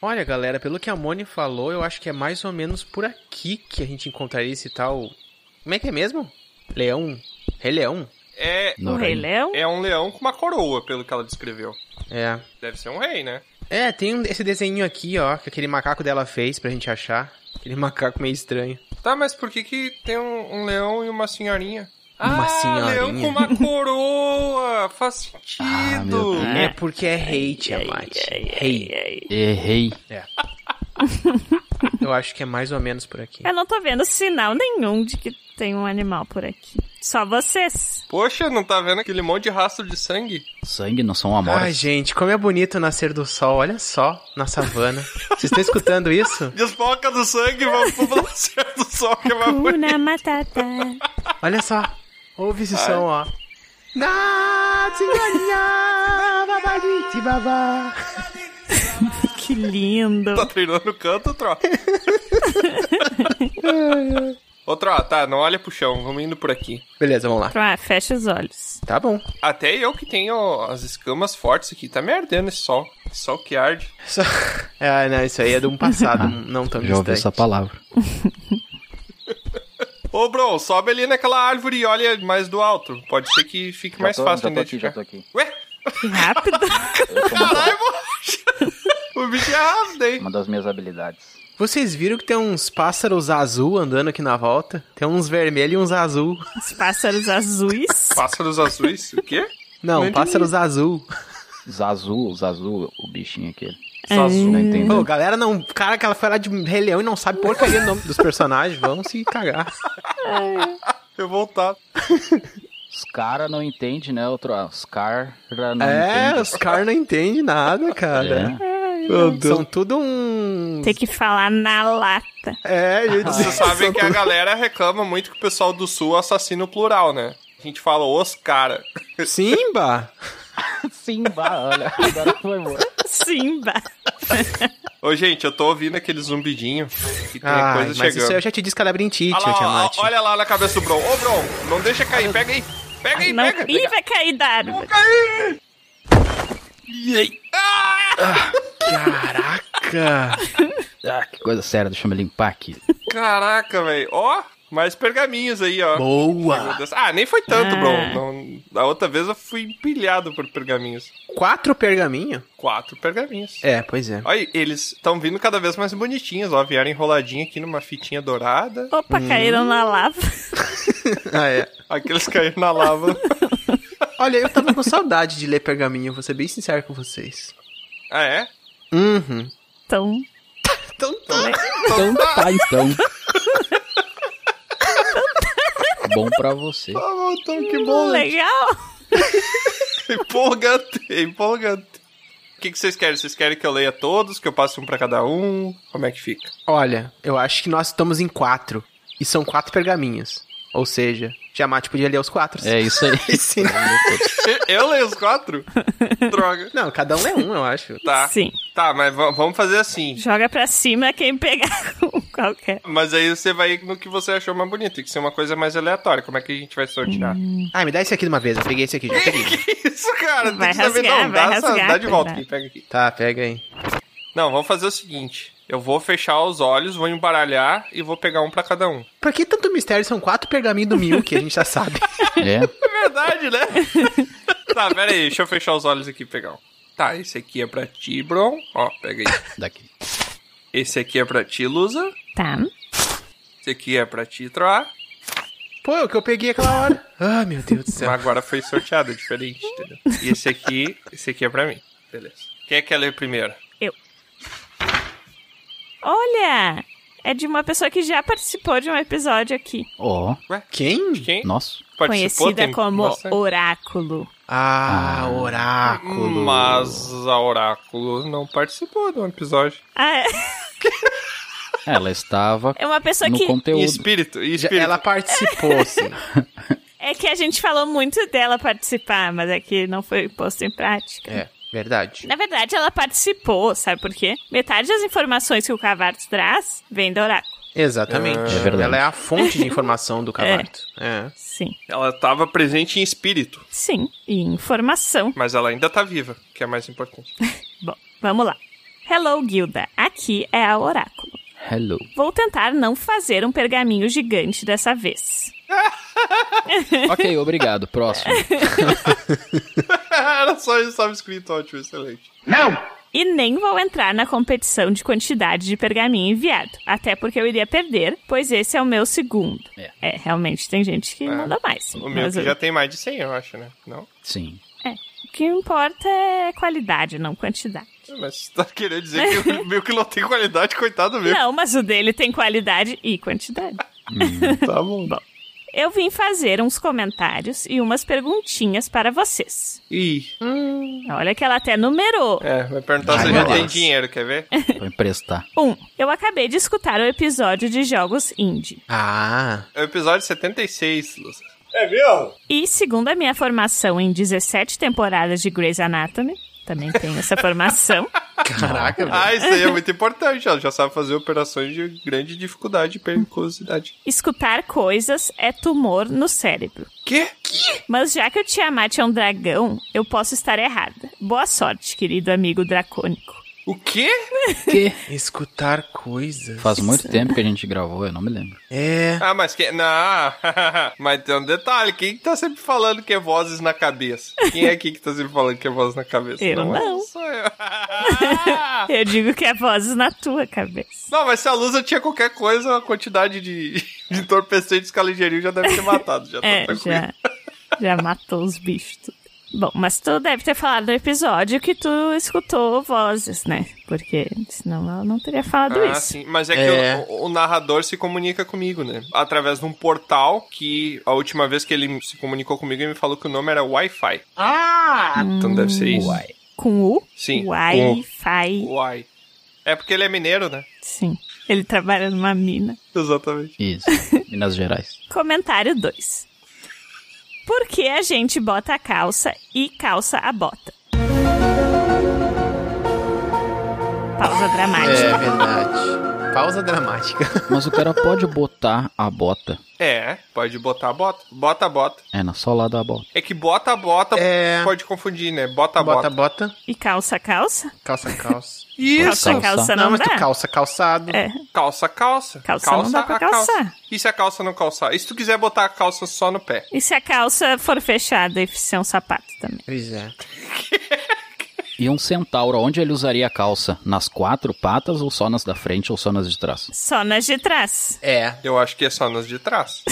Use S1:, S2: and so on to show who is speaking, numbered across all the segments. S1: Olha, galera, pelo que a Moni falou, eu acho que é mais ou menos por aqui que a gente encontraria esse tal. Como é que é mesmo? Leão. Rei Leão?
S2: É,
S3: O Rei Leão?
S2: é um leão com uma coroa, pelo que ela descreveu.
S1: É.
S2: Deve ser um rei, né?
S1: É, tem um- esse desenho aqui, ó, que aquele macaco dela fez pra gente achar. Aquele macaco meio estranho.
S2: Tá, mas por que que tem um, um leão e uma senhorinha?
S1: Uma
S2: ah,
S1: senhorinha.
S2: leão com uma coroa! Faz
S3: Ah, meu
S2: sentido!
S3: Deus.
S1: É porque é rei, Tiamat. Rei.
S3: Errei.
S1: Eu acho que é mais ou menos por aqui.
S3: Eu não tô vendo sinal nenhum de que tem um animal por aqui. Só vocês.
S2: Poxa, não tá vendo aquele monte de rastro de sangue?
S3: Sangue não são amores.
S1: Ai, gente, como é bonito o nascer do sol. Olha só, na savana. Vocês estão escutando isso?
S2: Desfoca do sangue, vamos pro balanceiro do sol que é mais bonito.
S3: Una matata.
S1: Olha só. Ouve esse som, ó. Na senhorinha, babadi, babá.
S3: que lindo.
S2: Tá treinando o canto, Tro? Ô, Tro, tá, não olha pro chão, vamos indo por aqui.
S1: Beleza, vamos lá.
S3: Ah, fecha os olhos.
S1: Tá bom.
S2: Até eu que tenho as escamas fortes aqui, tá me ardendo esse sol. Esse sol que arde.
S1: Só... Ah, não, isso aí é de um passado não tão
S4: Ah, Já ouvi
S1: distante.
S4: essa palavra.
S2: Ô, bro, sobe ali naquela árvore e olha mais do alto. Pode ser que fique mais fácil
S5: já
S2: de
S5: tô aqui,
S2: identificar.
S5: já tô aqui.
S2: Ué?
S3: Que rápido.
S2: Caralho, borracha! O bicho é rápido, hein?
S5: Uma das minhas habilidades.
S1: Vocês viram que tem uns pássaros azul andando aqui na volta? Tem uns vermelhos e uns azul.
S3: Os pássaros azuis.
S2: Pássaros azuis? O quê?
S1: Não,
S2: Não
S1: pássaros azul.
S5: Zazu, Zazu, o bichinho aquele.
S3: Ah.
S2: Zazu.
S5: Não
S1: Pô,
S5: entendeu?
S1: galera não. Cara, que ela foi lá de Rei Leão e não sabe porcaria o nome dos personagens. Vão se cagar.
S2: Revoltado.
S5: Os caras não entendem, né, outro? ah, Os caras não
S1: É,
S5: entendem.
S1: os caras não entendem nada, cara.
S5: É.
S1: Meu Deus. São tudo um.
S3: Tem que falar na lata.
S1: É, gente.
S2: Vocês
S1: são
S2: sabem que a
S1: tudo-
S2: galera reclama muito que o pessoal do sul assassina o plural, né? A gente fala os cara.
S1: Simba!
S4: É.
S5: Simba, olha. Agora foi bom.
S3: Simba.
S2: Ô, gente, eu tô ouvindo aquele zumbidinho que tem
S1: Ah,
S2: É, coisa
S1: mas isso
S2: chegando.
S1: eu já te disse que ela é
S2: Ah
S1: brintite,
S2: lá, ó,
S1: Tiamat.
S2: ó, olha lá na cabeça do Bron. Ô, Bron, não deixa cair. Pega aí. Pega aí,
S3: Não...
S2: pega.
S3: Ih, vai cair da árvore.
S1: Caraca!
S4: Ah, que coisa séria, deixa eu me limpar aqui.
S2: Caraca, velho. Ó, mais pergaminhos aí, ó.
S1: Boa!
S2: Ah, nem foi tanto,
S3: Ah.
S2: Bron. Não- da outra vez eu fui empilhado por pergaminhos.
S1: Quatro pergaminhos?
S2: Quatro pergaminhos.
S1: É, pois é.
S2: Olha, eles estão vindo cada vez mais bonitinhos, ó. Vieram enroladinho aqui numa fitinha dourada.
S3: Opa, caíram na lava.
S1: Ah, é.
S2: Aqueles caíram na lava.
S1: Olha, eu tava com saudade de ler pergaminho, vou ser bem sincero com vocês.
S2: ah, é?
S1: Uhum.
S3: Então,
S1: Então tá.
S4: Então tá, então.
S3: então.
S4: Bom pra você.
S2: Ah, voltou, que bom.
S3: legal.
S2: empolgante, empolgante. O que, que vocês querem? Vocês querem que eu leia todos? Que eu passe um pra cada um? Como é que fica?
S1: Olha, eu acho que nós estamos em quatro. E são quatro pergaminhos. Ou seja, Tiamat podia ler os quatro.
S4: É isso aí.
S1: Sim.
S2: Eu leio os quatro? Droga.
S1: Não, cada um é um, eu acho.
S2: Tá,
S3: Sim.
S2: tá, mas va- vamos fazer assim.
S3: Joga pra cima quem pegar com qualquer.
S2: Mas aí você vai no que você achou mais bonito. Tem que ser uma coisa mais aleatória. Como é que a gente vai sortear?
S3: Hum.
S1: Ah, me dá esse aqui de uma vez, eu peguei esse aqui, já peguei.
S2: Que isso, cara? Tem
S3: Vai
S2: que saber.
S3: rasgar,
S2: não,
S3: vai
S2: dá, essa-
S3: rasgar,
S2: dá de volta
S3: cuidado.
S2: aqui, pega aqui.
S1: Tá, pega aí.
S2: Não, vamos fazer o seguinte. Eu vou fechar os olhos, vou embaralhar e vou pegar um pra cada um.
S1: Por que tanto mistério? São quatro pergaminhos do Milk, a gente já sabe.
S4: É.
S2: É verdade, né? tá, pera aí, deixa eu fechar os olhos aqui e pegar um. Tá, esse aqui é pra ti, Bron. Ó, pega aí.
S4: Daqui.
S2: Esse aqui é pra ti, Lusa.
S3: Tá.
S2: Esse aqui é pra ti, Troá.
S1: Pô, é o que eu peguei aquela hora. Ah, meu Deus do
S2: Mas
S1: céu.
S2: agora foi sorteado, diferente, entendeu? E esse aqui, esse aqui é pra mim. Beleza. Quem é que quer ler primeiro?
S3: Olha! É de uma pessoa que já participou de um episódio aqui.
S4: Ó,
S1: Quem?
S2: Quem?
S4: nossa.
S2: Participou,
S3: conhecida
S2: tem
S3: como
S2: bastante.
S3: Oráculo.
S1: Ah,
S2: Hum,
S1: oráculo.
S2: Mas a Oráculo não participou do episódio.
S3: Ah, é-
S4: Ela estava
S3: é uma pessoa
S4: no
S3: que.
S2: E
S4: conteúdo.
S2: espírito, e
S1: Já-
S2: espírito.
S1: Ela participou, sim.
S3: É que a gente falou muito dela participar, mas é que não foi posto em prática.
S1: É, verdade.
S3: Na verdade, ela participou, sabe por quê? Metade das informações que o Cavarto traz vem da Oráculo.
S1: Exatamente.
S4: É verdade.
S1: Ela é a fonte de informação do Cavarto. É.
S3: Sim.
S2: Ela tava presente em espírito,
S3: Sim. E informação.
S2: mas ela ainda tá viva, que é mais importante.
S3: Bom, vamos lá. Hello, Guilda. Aqui é a Oráculo.
S4: Hello.
S3: Vou tentar não fazer um pergaminho gigante dessa vez.
S4: Ok, obrigado. Próximo.
S2: Era só isso, estava escrito ótimo, excelente.
S3: E nem vou entrar na competição de quantidade de pergaminho enviado. Até porque eu iria perder, pois esse é o meu segundo.
S4: É.
S3: É, realmente tem gente que manda mais.
S2: É. O meu
S3: mas
S2: que já tem mais de 100, eu acho, né? Não?
S4: Sim.
S3: O que importa é qualidade, não quantidade.
S2: Mas você tá querendo dizer que o meu que não tem qualidade, coitado meu.
S3: Não, mas o dele tem qualidade e quantidade.
S2: Tá bom.
S3: Eu vim fazer uns comentários e umas perguntinhas para vocês.
S2: Ih.
S3: Olha que ela até numerou.
S2: É, vai perguntar se
S4: Ai,
S2: eu já
S4: meu
S2: tem
S4: Deus.
S2: dinheiro, quer ver?
S4: Vou emprestar.
S2: É.
S3: 1. Um, eu acabei de escutar o episódio de jogos indie.
S1: Ah,
S2: É o episódio 76, Lúcia.
S3: E segundo a minha formação em 17 temporadas de Grey's Anatomy, também tenho essa formação,
S1: caraca, velho.
S2: Ah, isso aí é muito importante. Ela já sabe fazer operações de grande dificuldade e periculosidade.
S3: escutar coisas é tumor no cérebro.
S2: Quê?
S3: Mas já que o Tiamat é um dragão, eu posso estar errada. Boa sorte, querido amigo dracônico.
S2: O quê?
S1: Escutar coisas.
S4: Faz muito tempo que a gente gravou, eu não me lembro.
S1: É.
S2: Ah, mas que. Não. mas tem um detalhe. Quem que tá sempre falando que é vozes na cabeça? Quem é aqui que tá sempre falando que é vozes na cabeça?
S3: Eu
S2: é
S3: não.
S2: só eu.
S3: Eu digo que é vozes na tua cabeça.
S2: não, mas se a Lusa tinha qualquer coisa, a quantidade de, de entorpecentes que ela ingeriu já deve ter matado. Já tá
S3: É,
S2: tranquilo.
S3: já, já matou os bichos. tudo. Bom, mas tu deve ter falado no episódio que tu escutou vozes, né? Porque senão ela não teria falado
S2: Ah,
S3: isso.
S2: sim. Mas é,
S1: É.
S2: que o, o narrador se comunica comigo, né? Através de um portal que a última vez que ele se comunicou comigo, ele me falou que o nome era Wi-Fi. Ah! Então deve ser
S1: Hum.
S2: isso. Wi.
S3: Com o
S2: Sim. com
S3: Wi-Fi.
S2: o Wi. É porque ele é mineiro, né?
S3: Sim. Ele trabalha numa mina.
S2: Exatamente.
S4: Isso. Minas Gerais.
S3: Comentário 2. Por que a gente bota a calça e calça a bota? Pausa dramática.
S1: É verdade. Pausa dramática.
S4: Mas o cara pode botar a bota.
S2: É, pode botar a bota. Bota a bota.
S4: É, na só lá da bota.
S2: É que bota a bota
S1: É.
S2: pode confundir, né? Bota a
S1: Tá Bota,
S2: bota.
S1: bota.
S3: E calça a calça?
S1: Calça, calça.
S2: Isso!
S3: Calça a calça Tá não,
S1: mas
S3: dá.
S1: tu calça calçado.
S3: É.
S2: Calça, calça.
S3: Calça não dá pra
S2: a calça.
S3: calçar.
S2: E se a calça não calçar? E se tu quiser botar a calça só no pé?
S3: E se a calça for fechada e ser um sapato também?
S1: Pois é.
S4: E um centauro, onde ele usaria a calça? Nas quatro patas ou só nas da frente ou só nas de trás?
S3: Só nas de trás.
S1: É.
S2: Eu acho que é só nas de trás.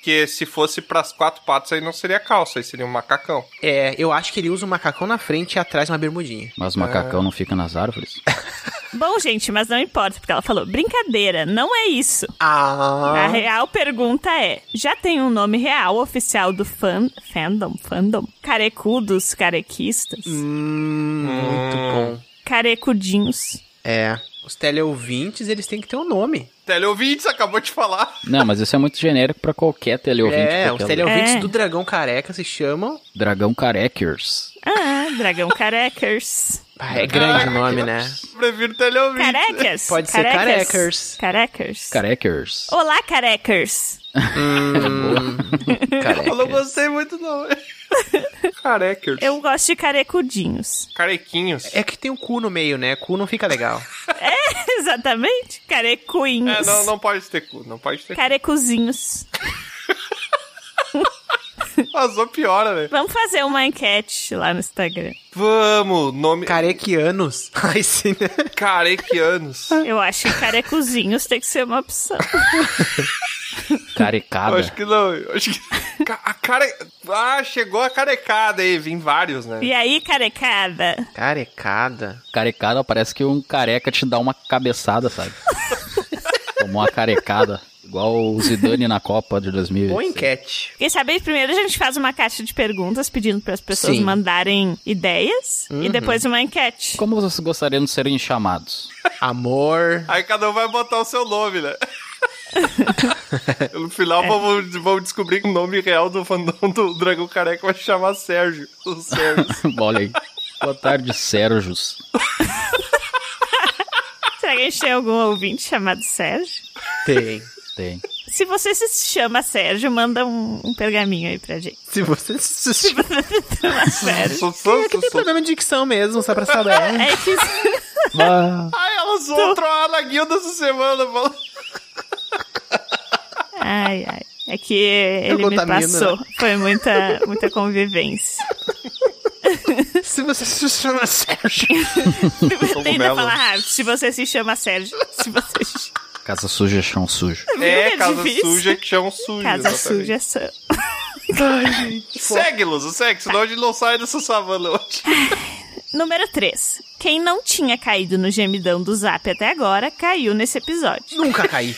S2: Porque se fosse pras quatro patas, aí não seria calça, aí seria um macacão.
S1: É, eu acho que ele usa o macacão na frente e atrás uma bermudinha.
S4: Mas o
S2: É.
S4: macacão não fica nas árvores?
S3: Bom, gente, mas não importa, porque ela falou: brincadeira, não é isso. A
S1: Ah.
S3: real pergunta é: já tem um nome real oficial do fan, fandom? Fandom? Carecudos, carequistas,
S1: Hum, muito bom.
S3: carecudinhos.
S1: É. Os teleouvintes, eles têm que ter um nome.
S2: Teleouvintes, acabou de falar.
S4: não, mas isso é muito genérico pra qualquer teleouvinte.
S1: é, os
S2: um
S4: porque
S1: teleouvintes
S3: É.
S1: do Dragão Careca se chamam.
S4: Dragão Careckers.
S3: Ah, dragão carecas.
S1: Ah, é grande o nome, né?
S2: Prefiro teleouvinte.
S3: Carecas?
S1: Pode ser
S3: carecas. Carecas.
S4: Careckers.
S3: Olá, carecas.
S2: Eu não
S1: Careca.
S2: gostei muito, não. Carecas.
S3: Eu gosto de carecudinhos.
S2: Carequinhos.
S1: É que tem um cu no meio, né? Cu não fica legal.
S3: Exatamente. Carecuinhos.
S2: É,
S1: Ah,
S2: não, não pode ter cu, não pode ter cu.
S3: Carecuzinhos.
S2: Azul piora, velho.
S3: Vamos fazer uma enquete lá no Instagram.
S2: Vamos, nome...
S1: Carequianos. Ai, sim, né?
S2: Carequianos.
S3: Eu acho que carecuzinhos tem que ser uma opção.
S2: Eu
S4: Carecada.
S2: acho que não, eu acho que... Ca- A care... Ah, chegou a carecada aí, vim vários, né?
S3: E aí, carecada?
S1: Carecada.
S4: Carecada parece que um careca te dá uma cabeçada, sabe? Tomou uma carecada. Igual o Zidane na Copa de 2000.
S1: Ou enquete.
S3: Quem sabe primeiro a gente faz uma caixa de perguntas pedindo para as pessoas
S1: Sim.
S3: mandarem ideias e depois uma enquete.
S4: Como vocês gostariam de serem chamados?
S1: Amor.
S2: Aí cada um vai botar o seu nome, né? no
S3: É.
S2: final vamos, vamos descobrir que o nome real do fandom do Dragão Careca vai se chamar Sérgio. O Sérgio.
S4: Olha aí. Boa tarde, Sérgios.
S3: Será que a gente tem algum ouvinte chamado Sérgio?
S1: Tem.
S4: Tem.
S3: Se você se chama Sérgio, manda um, um pergaminho aí pra gente.
S1: Se você se chama
S3: Sérgio.
S2: Sou- sou-
S1: É que tem
S2: sou-
S1: problema de dicção mesmo, só pra saber.
S3: É que
S4: Bah,
S2: Ai, Ah, ela zoou troar na guilda essa semana. falou-
S3: Ai, ai. É que ele me
S1: contamino,
S3: passou. Foi muita, muita convivência.
S1: É. Se você se chama Sérgio.
S3: Tenta
S2: Cogumelo.
S3: falar rápido. Se você se chama Sérgio. Se você se chama...
S4: casa suja, chão sujo.
S2: É,
S3: É
S2: casa
S3: difícil.
S2: suja que chão sujo.
S3: Casa
S2: exatamente.
S3: suja é são.
S2: Segue, Luz, segue, senão a gente não sai dessa savana hoje.
S3: Número 3. Quem não tinha caído no gemidão do Zap até agora, caiu nesse episódio.
S1: Nunca caí.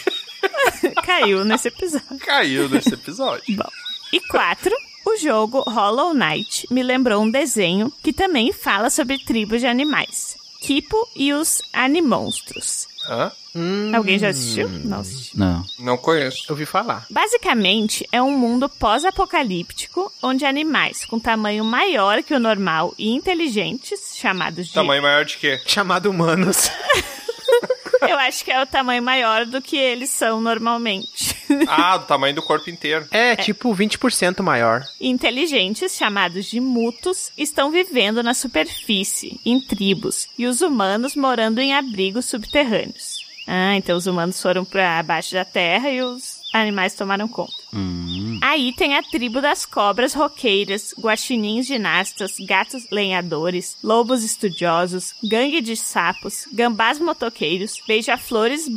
S3: caiu nesse episódio.
S2: Caiu nesse episódio.
S3: Bom. E 4. O jogo Hollow Knight me lembrou um desenho que também fala sobre tribos de animais. Kipo e os Animonstros.
S2: Hã?
S3: Alguém já assistiu? Não assistiu.
S4: Não.
S2: Não conheço.
S1: Eu ouvi falar.
S3: Basicamente, é um mundo pós-apocalíptico onde animais com tamanho maior que o normal e inteligentes, chamados de.
S2: Tamanho maior de quê?
S1: Chamado Humanos.
S3: Eu acho que é o tamanho maior do que eles são normalmente.
S2: Ah, do tamanho do corpo inteiro.
S1: É, tipo 20% maior.
S3: inteligentes, chamados de mutos, estão vivendo na superfície, em tribos, e os humanos morando em abrigos subterrâneos. Ah, então os humanos foram para abaixo da terra e os animais tomaram conta.
S4: Hum.
S3: Aí tem a tribo das cobras roqueiras, guaxinins ginastas, gatos lenhadores, lobos estudiosos, gangue de sapos, gambás motoqueiros, beija-flores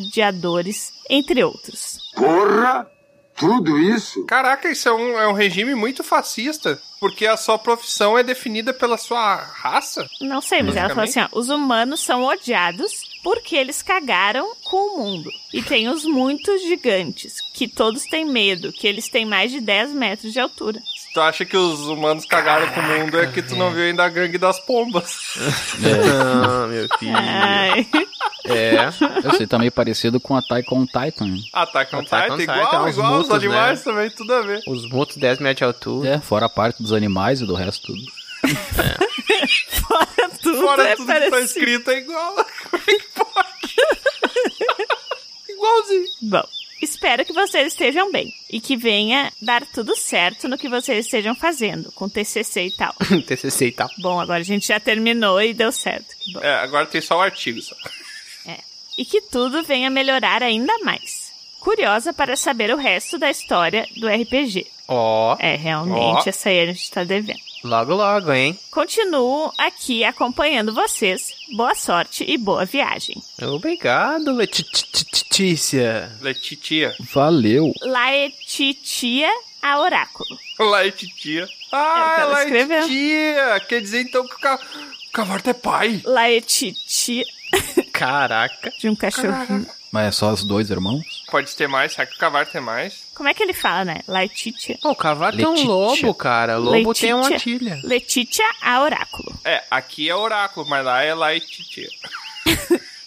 S3: bombardeadores, entre outros.
S6: Porra! Tudo isso?
S2: Caraca, isso é um, é um regime muito fascista, porque a sua profissão é definida pela sua raça?
S3: Não sei, mas ela falou assim: ó, os humanos são odiados porque eles cagaram com o mundo. E tem os muitos gigantes, que todos têm medo, que eles têm mais de 10 metros de altura.
S2: Se tu acha que os humanos cagaram com o mundo, é que tu não viu ainda a gangue das pombas.
S1: Ah, meu filho.
S3: Ai,
S1: É.
S4: Eu sei, tá meio parecido com Attack on Titan.
S2: Attack on
S1: Attack
S2: é Titan,
S1: on
S2: tá, igual,
S1: Titan, os
S2: igual, os
S1: mutos,
S2: animais também, tudo a ver.
S1: Os mutos 10 metros de altura.
S4: É, fora a parte dos animais e do resto tudo.
S3: fora tudo,
S2: Fora
S3: é
S2: tudo que tá
S3: parecido.
S2: escrito é igual. Como é que pode? Igualzinho.
S3: Bom, espero que vocês estejam bem e que venha dar tudo certo no que vocês estejam fazendo, com TCC e tal.
S1: TCC e tá, tal.
S3: Bom, agora a gente já terminou e deu certo. Que bom.
S2: É, agora tem só o artigo, só.
S3: e que tudo venha melhorar ainda mais. Curiosa para saber o resto da história do RPG.
S1: Ó,
S3: É, realmente,
S2: Ó.
S3: essa aí a gente tá devendo.
S1: logo logo, hein?
S3: Continuo aqui acompanhando vocês. Boa sorte e boa viagem.
S1: Obrigado, Letícia.
S2: Letitia.
S4: Valeu.
S3: Laetitia a Oráculo.
S2: Letitia.
S3: É o que
S2: Ah,
S3: ela
S2: Letitia. Quer dizer então que o, ca... o Cavarto é pai.
S3: Laetitia
S1: Caraca.
S3: de um cachorrinho.
S4: Mas é só os dois irmãos?
S2: Pode ter mais, será que o Cavarto tem mais?
S3: Como é que ele fala, né? Laetitia.
S1: Ô, o cavalo tem um
S4: Letícia.
S1: lobo, cara. Lobo tem uma
S3: Letícia.
S1: tilha.
S3: Letitia a Oráculo.
S2: É, aqui é oráculo, mas lá é Letitia.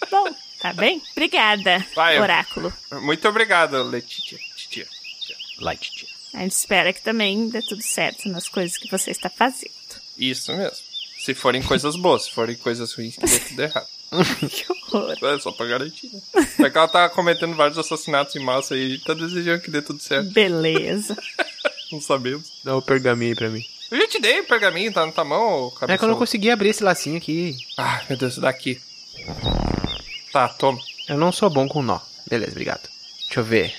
S3: Bom, tá bem? Obrigada,
S2: Vai, Ah, eu-
S3: Oráculo.
S2: Muito obrigado, Letitia. Titia.
S4: Light, tia.
S3: A gente espera que também dê tudo certo nas coisas que você está fazendo.
S2: Isso mesmo. Se forem coisas boas, se forem coisas ruins, que dê tudo errado.
S3: Que horror.
S2: É só pra garantir, né? É que ela tá cometendo vários assassinatos em massa e a gente tá desejando que dê tudo certo.
S3: Beleza.
S2: Não sabemos.
S1: Dá o pergaminho aí pra mim.
S2: Eu já te dei o pergaminho, tá na tua mão,
S1: É
S2: ô,
S1: que eu não
S2: cabeção?
S1: consegui abrir esse lacinho aqui.
S2: Ah, meu Deus, isso daqui. Tá, toma.
S1: Eu não sou bom com nó. Beleza, obrigado. Deixa eu ver.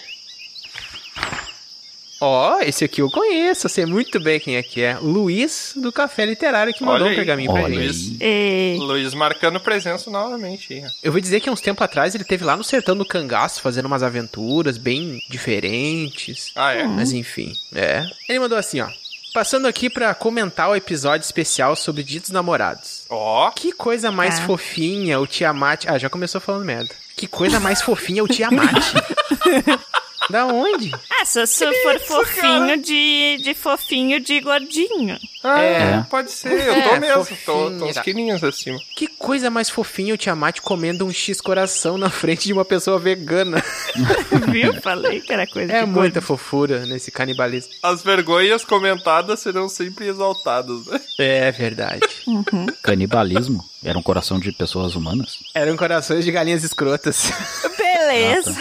S1: Ó, esse aqui eu conheço, eu sei muito bem quem é que é. Luiz do Café Literário que mandou
S2: Olha
S1: um
S2: aí.
S1: pergaminho pra
S4: Olha
S1: gente.
S2: Luiz.
S4: aí.
S3: E...
S2: Luiz marcando presença novamente aí. ó.
S1: Eu vou dizer que há uns tempos atrás ele teve lá no sertão do cangaço fazendo umas aventuras bem diferentes.
S2: Ah,
S3: Uhum.
S2: é?
S1: Mas enfim, é. Ele mandou assim, ó. Passando aqui pra comentar o episódio especial sobre Ditos Namorados.
S2: Ó,
S1: Que coisa mais
S3: Ah.
S1: fofinha o Tiamat. Ah, já começou falando merda. Que coisa mais fofinha o Tiamat. da onde?
S3: Ah, só se for fofinho de, de fofinho de gordinho.
S2: ah,
S1: É.
S2: pode ser, eu tô
S1: É,
S2: mesmo, tô, tô
S1: fofinha.
S2: uns quilinhos acima.
S1: Que coisa mais fofinha o Tiamat comendo um X coração na frente de uma pessoa vegana.
S3: Viu? Falei que era coisa
S1: É
S3: de
S1: muita fofura nesse canibalismo.
S2: As vergonhas comentadas serão sempre exaltadas, né?
S1: É verdade.
S4: Canibalismo? Era um coração de pessoas humanas?
S1: Eram corações de galinhas escrotas.
S3: gordinho. Beleza.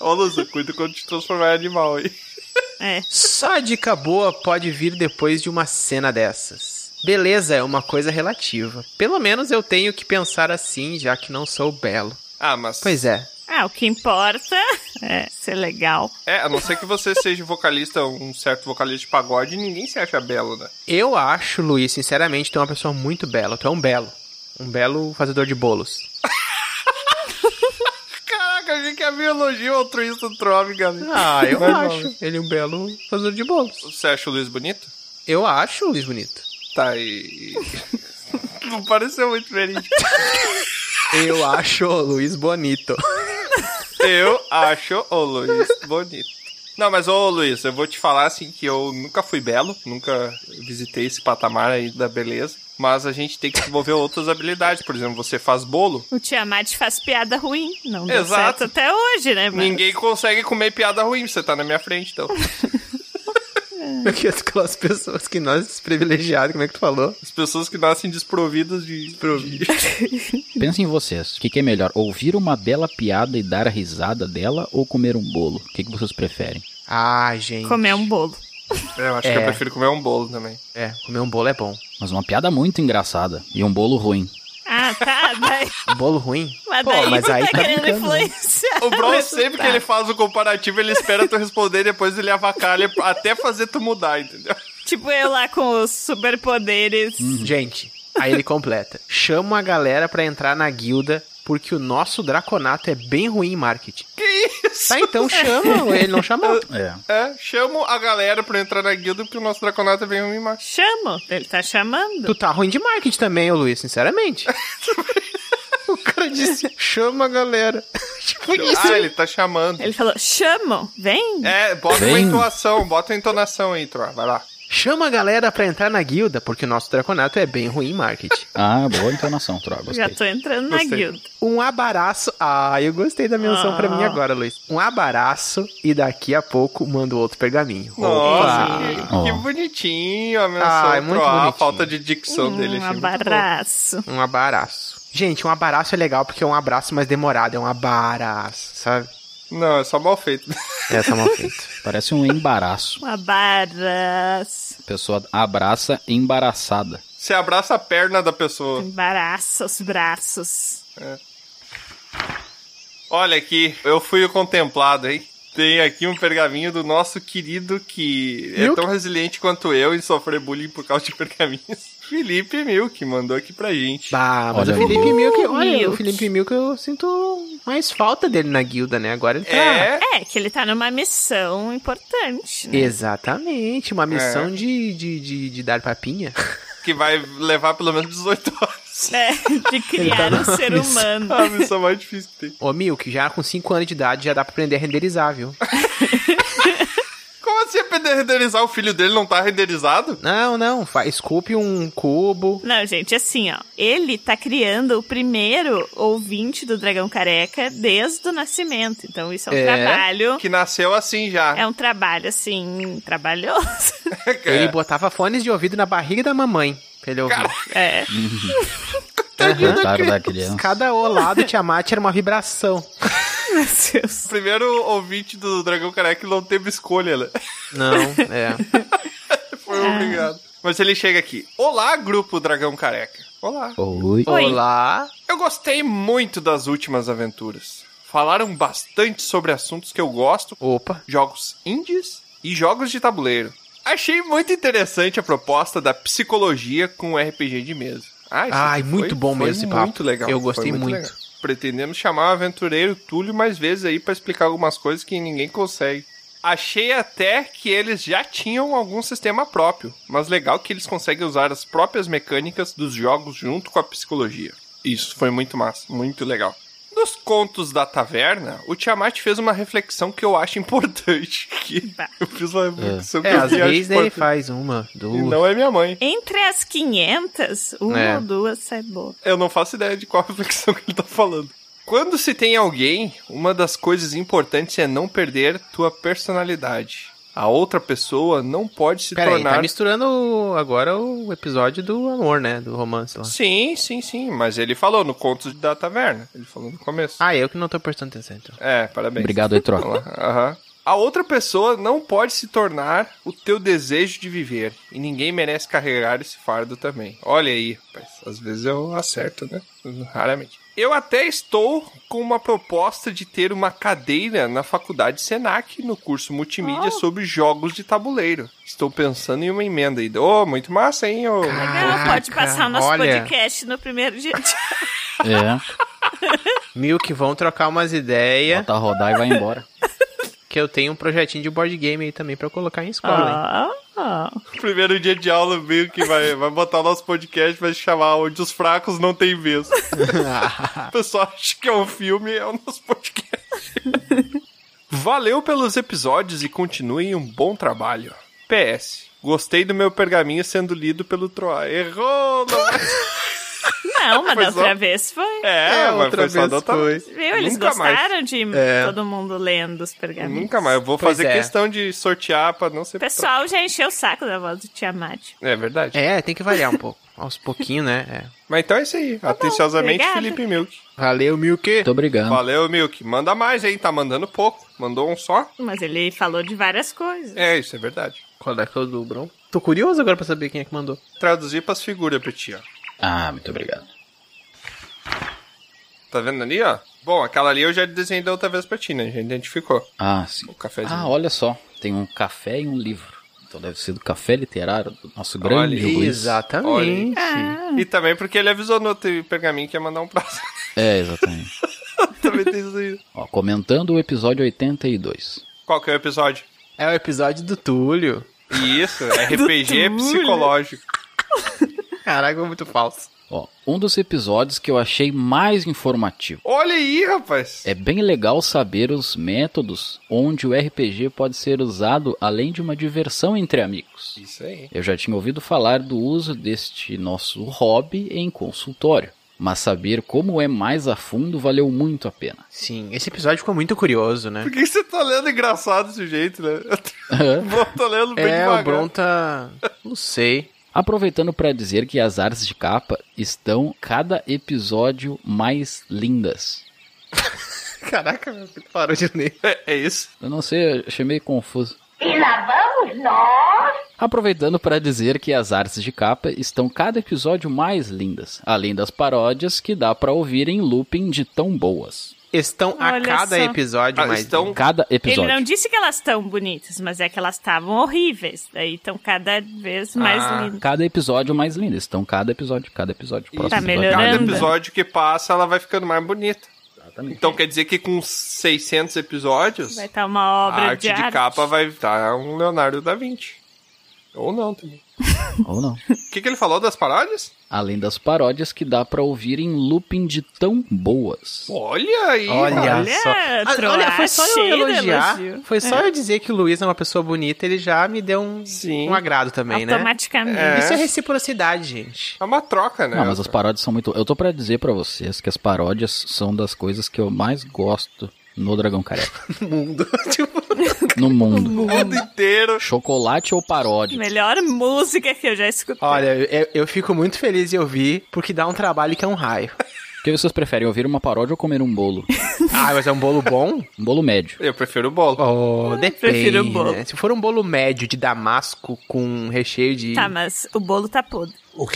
S2: Ô, Luz, cuida quando te transformar em animal aí.
S3: É.
S1: Só dica boa pode vir depois de uma cena dessas. Beleza é uma coisa relativa. Pelo menos eu tenho que pensar assim, já que não sou belo.
S2: Ah, mas.
S1: Pois é.
S3: Ah, o que importa é ser legal.
S2: É, a não ser que você seja vocalista, um certo vocalista de pagode, ninguém se acha belo, né?
S1: Eu acho, Luiz, sinceramente, tu é uma pessoa muito bela. Tu é um belo. Um belo fazedor de bolos.
S2: Caraca, achei que havia elogio altruísta do Trove, galera.
S1: Ah, eu
S2: Normal.
S1: acho. Ele é um belo fazedor de bolos.
S2: Você acha o Luiz bonito?
S1: Eu acho, Luiz, bonito.
S2: Tá, e. não pareceu muito verídico.
S1: Eu acho o Luiz bonito.
S2: Eu acho o Luiz bonito. Não, mas ô Luiz, eu vou te falar assim que eu nunca fui belo, nunca visitei esse patamar aí da beleza, mas a gente tem que desenvolver outras habilidades. Por exemplo, você faz bolo,
S3: O Tiamat faz piada ruim. Não deu
S2: Exato.
S3: certo até hoje, né? Mas...
S2: ninguém consegue comer piada ruim, você tá na minha frente, então.
S1: Porque aquelas pessoas que nós desprivilegiados, como é que tu falou?
S2: As pessoas que nascem desprovidas de.
S4: Pensem em vocês. O que, que é melhor? Ouvir uma bela piada e dar a risada dela ou comer um bolo? O que, que vocês preferem?
S1: Ah, gente.
S3: Comer um bolo.
S2: É, eu acho que eu prefiro comer um bolo também.
S1: É, comer um bolo é bom.
S4: Mas uma piada muito engraçada e um bolo ruim.
S3: Ah, tá. Daí,
S1: Um bolo ruim?
S3: mas
S1: Pô,
S3: daí
S1: mas
S3: tu
S1: aí
S3: tá
S1: tá
S3: querendo
S1: brincando, né?
S3: influenciar.
S2: O Bro,
S3: Mas
S2: sempre
S3: tá.
S2: que ele faz o comparativo, ele espera tu responder e depois ele avacalha até fazer tu mudar, entendeu?
S3: Tipo eu lá com os superpoderes.
S1: Hum. Gente, aí ele completa. Chama a galera pra entrar na guilda, porque o nosso draconato é bem ruim em marketing.
S2: Que isso?
S1: Tá, então chama. Ele não chamou.
S4: É.
S2: É, chamo a galera pra entrar na guilda porque o nosso draconato vem um me matar.
S3: Chamo. Ele tá chamando.
S1: Tu tá ruim de marketing também, ô Luiz, sinceramente. o cara disse, chama a galera. tipo isso.
S2: Ah, ele tá chamando.
S3: Ele falou, chamam. Vem.
S2: É, bota uma
S4: Vem.
S2: entoação, bota uma entonação aí, Troa. Vai lá.
S1: Chama a galera pra entrar na guilda, porque o nosso draconato é bem ruim em marketing.
S4: Ah, boa entonação, Troa. Gostei.
S3: Já tô entrando na
S2: Gostei.
S3: guilda.
S1: Um abaraço. Ah, eu gostei da menção
S3: Ah.
S1: pra mim agora, Luiz. Um abaraço e daqui a pouco mando outro pergaminho.
S2: Nossa,
S1: Opa.
S2: que, que bonitinho a menção.
S1: Ah, é muito
S2: Troa. A
S1: bonitinho. Hum,
S2: falta de dicção dele.
S3: Um
S2: achei muito
S3: abraço.
S1: Um abaraço. Gente, um abaraço é legal porque é um abraço mais demorado, é um abaraço, sabe?
S2: bom. Não, é só mal feito.
S1: Essa é mal feito.
S4: Parece um embaraço.
S3: Um abraço.
S4: A pessoa abraça embaraçada.
S2: Você abraça a perna da pessoa.
S3: Embaraça os braços.
S2: Olha aqui, eu fui o contemplado, hein? Tem aqui um pergaminho do nosso querido que é
S1: Milk.
S2: tão resiliente quanto eu em sofrer bullying por causa de pergaminhos. Felipe Milk mandou aqui pra gente.
S1: Bah, mas
S4: Olha
S1: o Felipe
S4: aí.
S1: Milk, olha, o
S3: Milk.
S1: Felipe Milk eu sinto mais falta dele na guilda, né? Agora ele tá.
S2: É,
S3: É, que ele tá numa missão importante. né?
S1: Exatamente, uma missão de, de, de, de dar papinha.
S2: que vai levar pelo menos 18 horas. Ah,
S3: É, de
S1: tá
S3: criar um ser humano.
S2: A missão mais difícil que tem.
S1: Ô, Milk, já com 5 anos de idade já dá pra aprender a renderizar, viu?
S2: Como assim aprender a renderizar? O filho dele não tá renderizado?
S1: Não, não, fa- esculpe um cubo.
S3: Não, gente, assim, ó. Ele tá criando o primeiro ouvinte do Dragão Careca desde o nascimento. Então, isso é um
S1: É.
S3: trabalho.
S2: Que nasceu assim já.
S3: É um trabalho, assim, trabalhoso.
S2: é
S1: Ele botava fones de ouvido na barriga da mamãe pra ele ouvir.
S3: É.
S4: Coitado
S1: é
S4: da criança.
S1: Cada olado Tiamat era uma vibração.
S3: Meu Deus.
S2: O primeiro ouvinte do Dragão Careca não teve escolha, né?
S1: Não, é.
S2: Foi obrigado. Mas ele chega aqui. Olá, grupo Dragão Careca. Olá.
S4: Oi.
S3: Oi.
S1: Olá.
S2: Eu gostei muito das últimas aventuras. Falaram bastante sobre assuntos que eu gosto,
S1: Opa.
S2: jogos indies e jogos de tabuleiro. Achei muito interessante a proposta da psicologia com RPG de mesa. Ah, isso
S1: Ai,
S2: aqui
S1: muito bom
S2: foi
S1: mesmo esse
S2: muito
S1: papo.
S2: legal.
S1: Eu
S2: foi
S1: gostei muito.
S2: legal. Pretendemos chamar o aventureiro Túlio mais vezes aí pra explicar algumas coisas que ninguém consegue. Achei até que eles já tinham algum sistema próprio, mas legal que eles conseguem usar as próprias mecânicas dos jogos junto com a psicologia. Isso foi muito massa, muito legal. Nos contos da taverna, o Tiamat fez uma reflexão que eu acho importante. Que
S3: Tá.
S2: eu fiz uma reflexão que
S1: É,
S2: eu
S1: às
S2: acho
S1: vezes ele
S2: importante.
S1: faz uma,
S2: E
S1: duas.
S2: não é minha mãe.
S3: Entre as 500, uma
S1: É.
S3: ou duas sai boa.
S2: Eu não faço ideia de qual reflexão que ele tá falando. Quando se tem alguém, uma das coisas importantes é não perder tua personalidade. A outra pessoa não pode se
S1: Peraí,
S2: tornar.
S1: tá misturando o- agora o episódio do amor, né? Do romance lá.
S2: Sim, sim, sim. Mas ele falou no conto da taverna. Ele falou no começo.
S1: Ah, eu que não tô prestando atenção, então.
S2: É, parabéns.
S4: Obrigado aí,
S2: Olha
S4: Troa.
S2: lá, Aham. A outra pessoa não pode se tornar o teu desejo de viver. E ninguém merece carregar esse fardo também. Olha aí, rapaz. Às vezes eu acerto, né? Raramente. Eu até estou com uma proposta de ter uma cadeira na faculdade Senac, no curso multimídia sobre jogos de tabuleiro. Estou pensando em uma emenda ainda. Ô, muito massa, hein? ô?
S3: Legal, pode
S1: Caraca,
S3: passar o nosso
S1: olha.
S3: podcast no primeiro dia. de-
S4: É,
S1: Mil que vão trocar umas ideias.
S4: bota a rodar e vai embora.
S1: Que eu tenho um projetinho de board game aí também pra eu colocar em
S2: Ah.
S1: escola. hein?
S3: Ó, ó.
S2: Primeiro dia de aula, meio que vai, vai botar o nosso podcast, vai se chamar Onde os Fracos Não Tem Vez. o pessoal acha que é um filme, é o nosso podcast. Valeu pelos episódios e continuem um bom trabalho. PS. Gostei do meu pergaminho sendo lido pelo Troá. Errou! Não...
S3: Não, mas
S2: Foi
S3: da
S2: só-
S3: outra vez foi.
S2: É, mas foi só da outra
S3: Viu? Eles
S2: Nunca mais. É.
S3: gostaram né? de todo mundo lendo os pergaminhos.
S2: Nunca mais. Eu vou
S1: Pois
S2: fazer
S1: é.
S2: questão de sortear pra não ser...
S3: O pessoal já encheu o saco da voz do Tiamat.
S2: É verdade.
S1: É, tem que variar um pouco. Aos pouquinho, né?
S2: Mas então é isso aí. Atenciosamente,
S3: Tá obrigada.
S2: Felipe Milk.
S1: É. Valeu, Milk.
S4: Muito obrigado.
S2: Valeu, Milk. Manda mais, hein? Tá mandando pouco. Mandou um só.
S3: Mas ele falou de várias coisas.
S2: É, isso é verdade.
S1: Qual é que eu do Bron? Tô curioso agora pra saber quem é que mandou.
S2: Traduzir pras figuras pra ti, ó.
S4: Ah, muito obrigado.
S2: Tá vendo ali, ó? Bom, aquela ali eu já desenhei da outra vez pra ti, né? Já identificou
S4: Ah, sim.
S2: o cafezinho.
S4: Ah, olha só. Tem um café e um livro. Então deve ser do café literário do nosso
S2: Olha,
S4: grande Luiz.
S1: Exatamente.
S2: E também porque ele avisou no outro pergaminho que ia mandar um prazo.
S4: É, exatamente.
S1: É.
S2: também tem isso aí.
S4: Ó, comentando o episódio 82.
S2: Qual que é o episódio?
S1: É o episódio do Túlio.
S2: Isso, RPG psicológico. é
S1: Caraca, muito falso.
S4: Ó, um dos episódios que eu achei mais informativo.
S2: Olha aí, rapaz.
S4: É bem legal saber os métodos onde o RPG pode ser usado além de uma diversão entre amigos.
S2: Isso aí.
S4: Eu já tinha ouvido falar do uso deste nosso hobby em consultório, mas saber como é mais a fundo valeu muito a pena.
S1: Sim, esse episódio ficou muito curioso, né?
S2: Por que você tá lendo engraçado desse jeito, né? Eu tô- tô lendo bem
S1: É, o
S2: devagar.
S1: Bron tá. Não sei.
S4: Aproveitando para dizer que as artes de capa estão cada episódio mais lindas.
S1: Caraca, meu filho parou de ler.
S2: É, é isso.
S4: Eu não sei, eu achei meio confuso.
S7: E lá vamos nós.
S4: Aproveitando para dizer que as artes de capa estão cada episódio mais lindas, além das paródias que dá para ouvir em looping de tão boas.
S1: Estão a
S3: Olha
S1: cada
S3: só.
S1: episódio
S2: Ah,
S1: mais.
S2: estão
S4: Cada
S3: Ele
S4: episódio.
S3: não disse que elas estão bonitas, mas é que elas estavam horríveis. Daí estão cada vez mais
S2: Ah,
S3: lindas.
S4: Cada episódio mais lindo. Estão cada episódio, cada episódio.
S2: Isso.
S4: Próximo
S3: Tá
S4: episódio.
S2: Cada
S3: melhorando. Caramba.
S2: episódio que passa, ela vai ficando mais bonita.
S4: Exatamente.
S2: Então quer dizer que com 600 episódios,
S3: Vai estar uma
S2: a
S3: obra
S2: arte de,
S3: de arte.
S2: capa vai estar um Leonardo da Vinci. Ou não também.
S4: Ou não.
S2: O que, que ele falou das paródias?
S4: Além das paródias que dá pra ouvir em looping de tão boas.
S2: Olha aí.
S1: Olha,
S3: Olha,
S1: só. Ah,
S3: Troá,
S1: olha, foi só eu
S3: cheio de
S1: elogiar.
S3: É elogio.
S1: Foi só eu dizer que o Luiz é uma pessoa bonita, ele já me deu um,
S2: Sim.
S1: um agrado também, né?
S3: Automaticamente.
S2: É.
S1: Isso é reciprocidade, gente.
S2: É uma troca, né?
S4: Não, mas as paródias são muito. Eu tô pra dizer pra vocês que as paródias são das coisas que eu mais gosto no Dragão Careca.
S1: No mundo. tipo,
S4: No mundo.
S2: O mundo inteiro.
S4: Chocolate ou
S2: É.
S4: paródia?
S3: Melhor música que eu já escutei.
S1: olha, eu, eu fico muito feliz em ouvir, porque dá um trabalho que é um raio.
S4: O que vocês preferem, ouvir uma paródia ou comer um bolo?
S1: Ah, mas é um bolo bom?
S4: Um bolo médio.
S2: Eu prefiro o bolo.
S1: Oh, depende.
S3: prefiro o bolo.
S1: né? Se for um bolo médio de damasco com recheio de.
S3: Tá, mas o bolo tá podre.
S4: O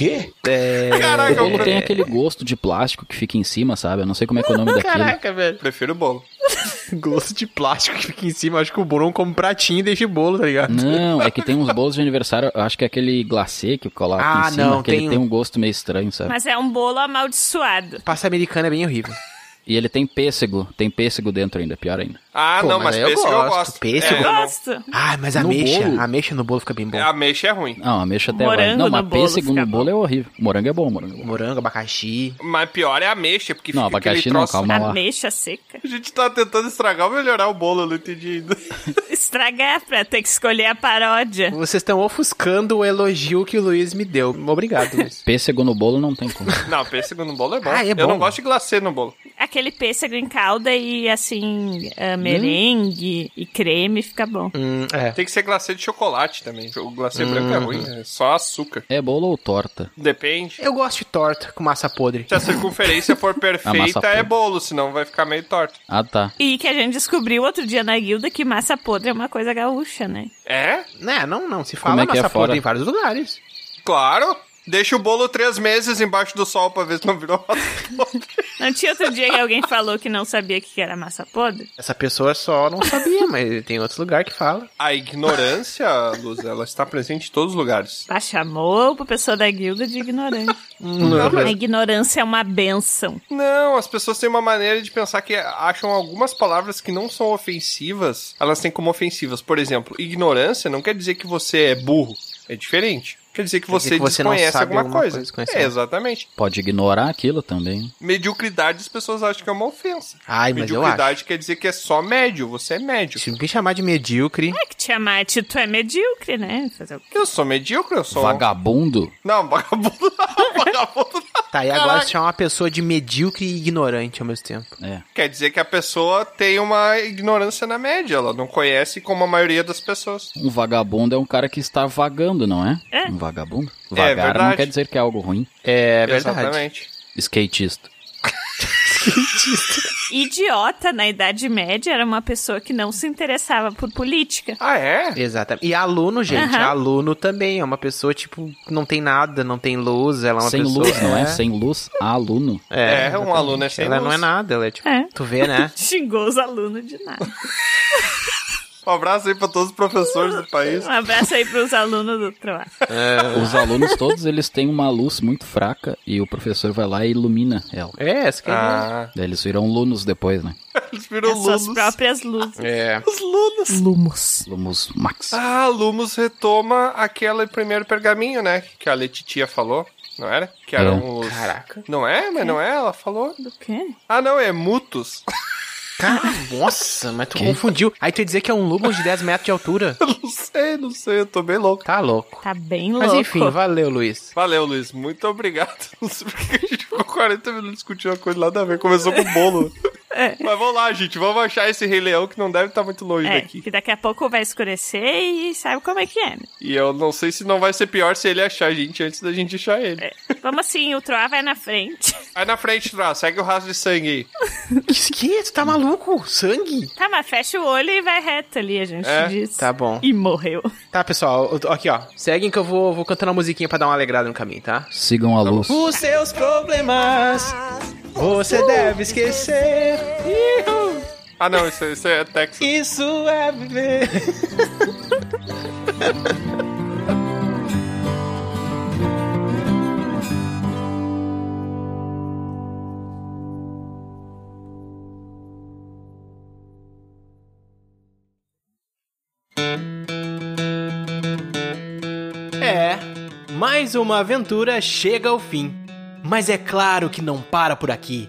S4: É,
S2: Caraca, eu
S4: bolo
S2: pre-
S4: tem aquele gosto de plástico que fica em cima, sabe? Eu não sei como é que é o
S3: Ah,
S4: nome daquilo.
S1: Caraca, velho.
S2: prefiro o bolo.
S1: Gosto de plástico que fica em cima. Acho que o Bruno come um pratinho e deixa o bolo, tá ligado?
S4: Não, é que tem uns bolos de aniversário, eu acho que é aquele glacê que coloca
S1: Ah,
S4: em cima,
S1: não,
S4: que
S1: tem
S4: ele
S1: um-
S4: tem um gosto meio estranho, sabe?
S3: Mas é um bolo amaldiçoado.
S1: Pasta americana é bem horrível.
S4: E ele tem pêssego, tem pêssego dentro ainda, pior ainda.
S2: Ah,
S1: Pô,
S2: não,
S1: mas
S2: mas,
S1: aí eu
S2: pêssego eu
S1: gosto.
S2: gosto.
S1: Pêssego?
S2: É, não.
S3: Gosto.
S1: Ah, mas a
S4: No
S1: ameixa.
S4: bolo?
S1: A ameixa no bolo fica bem bom.
S2: Ameixa é ruim.
S4: Não, ameixa Ah, até vai.
S3: Morango
S4: Não,
S3: no
S4: mas
S3: bolo
S4: pêssego
S3: fica
S4: no bolo é horrível. Morango é bom, morango é bom.
S1: Morango, abacaxi.
S2: Mas pior é a ameixa, porque
S4: Não,
S2: fica aquele
S4: abacaxi não,
S2: troço-
S4: calma lá.
S3: Ameixa seca.
S2: A gente tá tentando estragar ou melhorar o bolo, eu não entendi ainda.
S3: Estragar pra ter que escolher a paródia.
S1: Vocês estão ofuscando o elogio que o Luiz me deu. Obrigado, Luiz.
S4: Pêssego no bolo não tem como.
S2: Não, pêssego no bolo é bom.
S1: Ah, é
S2: Eu
S1: bom.
S2: não gosto de glacê no bolo.
S3: aquele pêssego em calda e assim, ah, merengue e creme fica bom.
S1: Hum, é.
S2: Tem que ser glacê de chocolate também. O glacê branco é
S1: Hum.
S2: ruim, é só açúcar.
S4: É bolo ou torta?
S2: Depende.
S1: Eu gosto de torta com massa podre.
S2: Se a circunferência for perfeita, é
S4: podre.
S2: bolo, senão vai ficar meio torto.
S4: Ah, tá.
S3: E que a gente descobriu outro dia na guilda que massa podre é uma coisa gaúcha, né?
S2: É?
S1: Né, não, não. Se
S4: Como
S1: fala
S4: é que é
S1: massa
S4: fora?
S1: podre em vários lugares.
S2: Claro. Deixa o bolo três meses embaixo do sol pra ver se não virou massa podre.
S3: Não tinha outro dia que alguém falou que não sabia o que era massa podre?
S1: Essa pessoa só não sabia, mas tem outros lugares que fala.
S2: A ignorância, Luz, ela está presente em todos os lugares.
S3: Ah, chamou pro pessoa da guilda de ignorante.
S1: Uhum.
S2: Não,
S1: Então,
S3: A
S2: mas-
S3: ignorância é uma benção.
S2: não, as pessoas têm uma maneira de pensar que acham algumas palavras que não são ofensivas, elas têm como ofensivas. Por exemplo, ignorância não quer dizer que você é burro. É diferente. Quer dizer que
S1: Quer dizer
S2: você
S1: que você não
S2: desconhece
S1: sabe
S2: alguma,
S1: alguma
S2: coisa.
S1: coisa, desconhece
S2: é,
S1: algo.
S2: exatamente.
S4: Pode ignorar aquilo também.
S2: Mediocridade as pessoas acham que é uma ofensa.
S1: Ai, mas eu acho.
S2: Mediocridade quer dizer que é só médio, você é médio.
S1: Se me chamar de medíocre,
S3: É que te amar, tu é medíocre, né? Fazer o quê?
S2: Eu sou medíocre, eu sou. um
S4: Vagabundo?
S2: Não, vagabundo não, vagabundo não.
S1: tá. E agora se chamar uma pessoa de medíocre e ignorante ao mesmo tempo.
S4: É.
S2: Quer dizer que a pessoa tem uma ignorância na média, ela não conhece como a maioria das pessoas.
S4: Um vagabundo é um cara que está vagando, não é?
S3: É.
S4: Um vagabundo? Vagar
S2: verdade.
S4: não quer dizer que é algo ruim.
S1: É
S2: Exatamente.
S4: Skatista.
S3: Idiota na Idade Média era uma pessoa que não se interessava por política.
S2: Ah, é?
S1: Exatamente. E aluno, gente,
S3: Aham.
S1: aluno também é uma pessoa, tipo, não tem nada, não tem luz, ela é uma
S4: Sem
S1: pessoa...
S4: luz, não é? Sem luz, aluno.
S2: É, um
S1: exatamente.
S2: aluno é sem
S1: Ela não
S2: luz.
S1: é nada, ela é tipo...
S3: É.
S1: Tu vê, né?
S3: Xingou os alunos de nada.
S2: Um abraço aí pra todos os professores do país.
S3: Um abraço aí pros alunos do Troá.
S4: Os alunos todos, eles têm uma luz muito fraca e o professor vai lá e ilumina ela.
S1: É, essa que é... a
S2: Ah,
S4: Daí eles viram lunos depois, né?
S2: eles viram
S3: As suas
S2: Lumos.
S3: próprias luzes.
S1: ideia. É.
S2: Os Lumos.
S3: Lumos.
S4: Lumos Max.
S2: Ah, Lumos retoma aquele primeiro pergaminho, né? Que a Letitia falou, não era? Que eram os...
S1: Caraca.
S2: Não é? Mas não é? Ela falou.
S3: Do quê?
S2: Ah, não, é Mutus.
S1: Cara, nossa, mas tu
S4: Que?
S1: confundiu. Aí tu ia dizer que é um lumo de 10 metros de altura.
S2: Eu não sei, não sei, eu tô bem louco.
S1: Tá louco.
S3: Tá bem louco.
S1: Mas enfim, valeu, Luiz.
S2: Valeu, Luiz. Muito obrigado. Não sei porque a gente ficou 40 minutos discutindo uma coisa lá da ver. Começou com bolo.
S3: É.
S2: Mas vamos lá, gente. Vamos achar esse Rei Leão que não deve estar muito longe
S3: É,
S2: daqui.
S3: que daqui a pouco vai escurecer e sabe como é que é. né?
S2: E eu não sei se não vai ser pior se ele achar a gente antes da gente achar ele.
S3: Vamos assim, o Troá vai na frente.
S2: Vai na frente, Tra. Segue o rastro de sangue aí.
S1: Que, que? Tu tá maluco? Sangue?
S3: Tá, mas fecha o olho e vai reto ali, a gente
S2: É,
S3: diz.
S1: Tá bom.
S3: E morreu.
S1: Tá, pessoal, eu tô- aqui ó. Seguem que eu vou, vou cantando uma musiquinha pra dar uma alegrada no caminho, tá?
S4: Sigam a luz.
S1: Os seus problemas você deve esquecer. Ihu,
S2: Ah, não. Isso, isso é Texas.
S1: Isso é viver. É, mais uma aventura chega ao fim. Mas é claro que não para por aqui.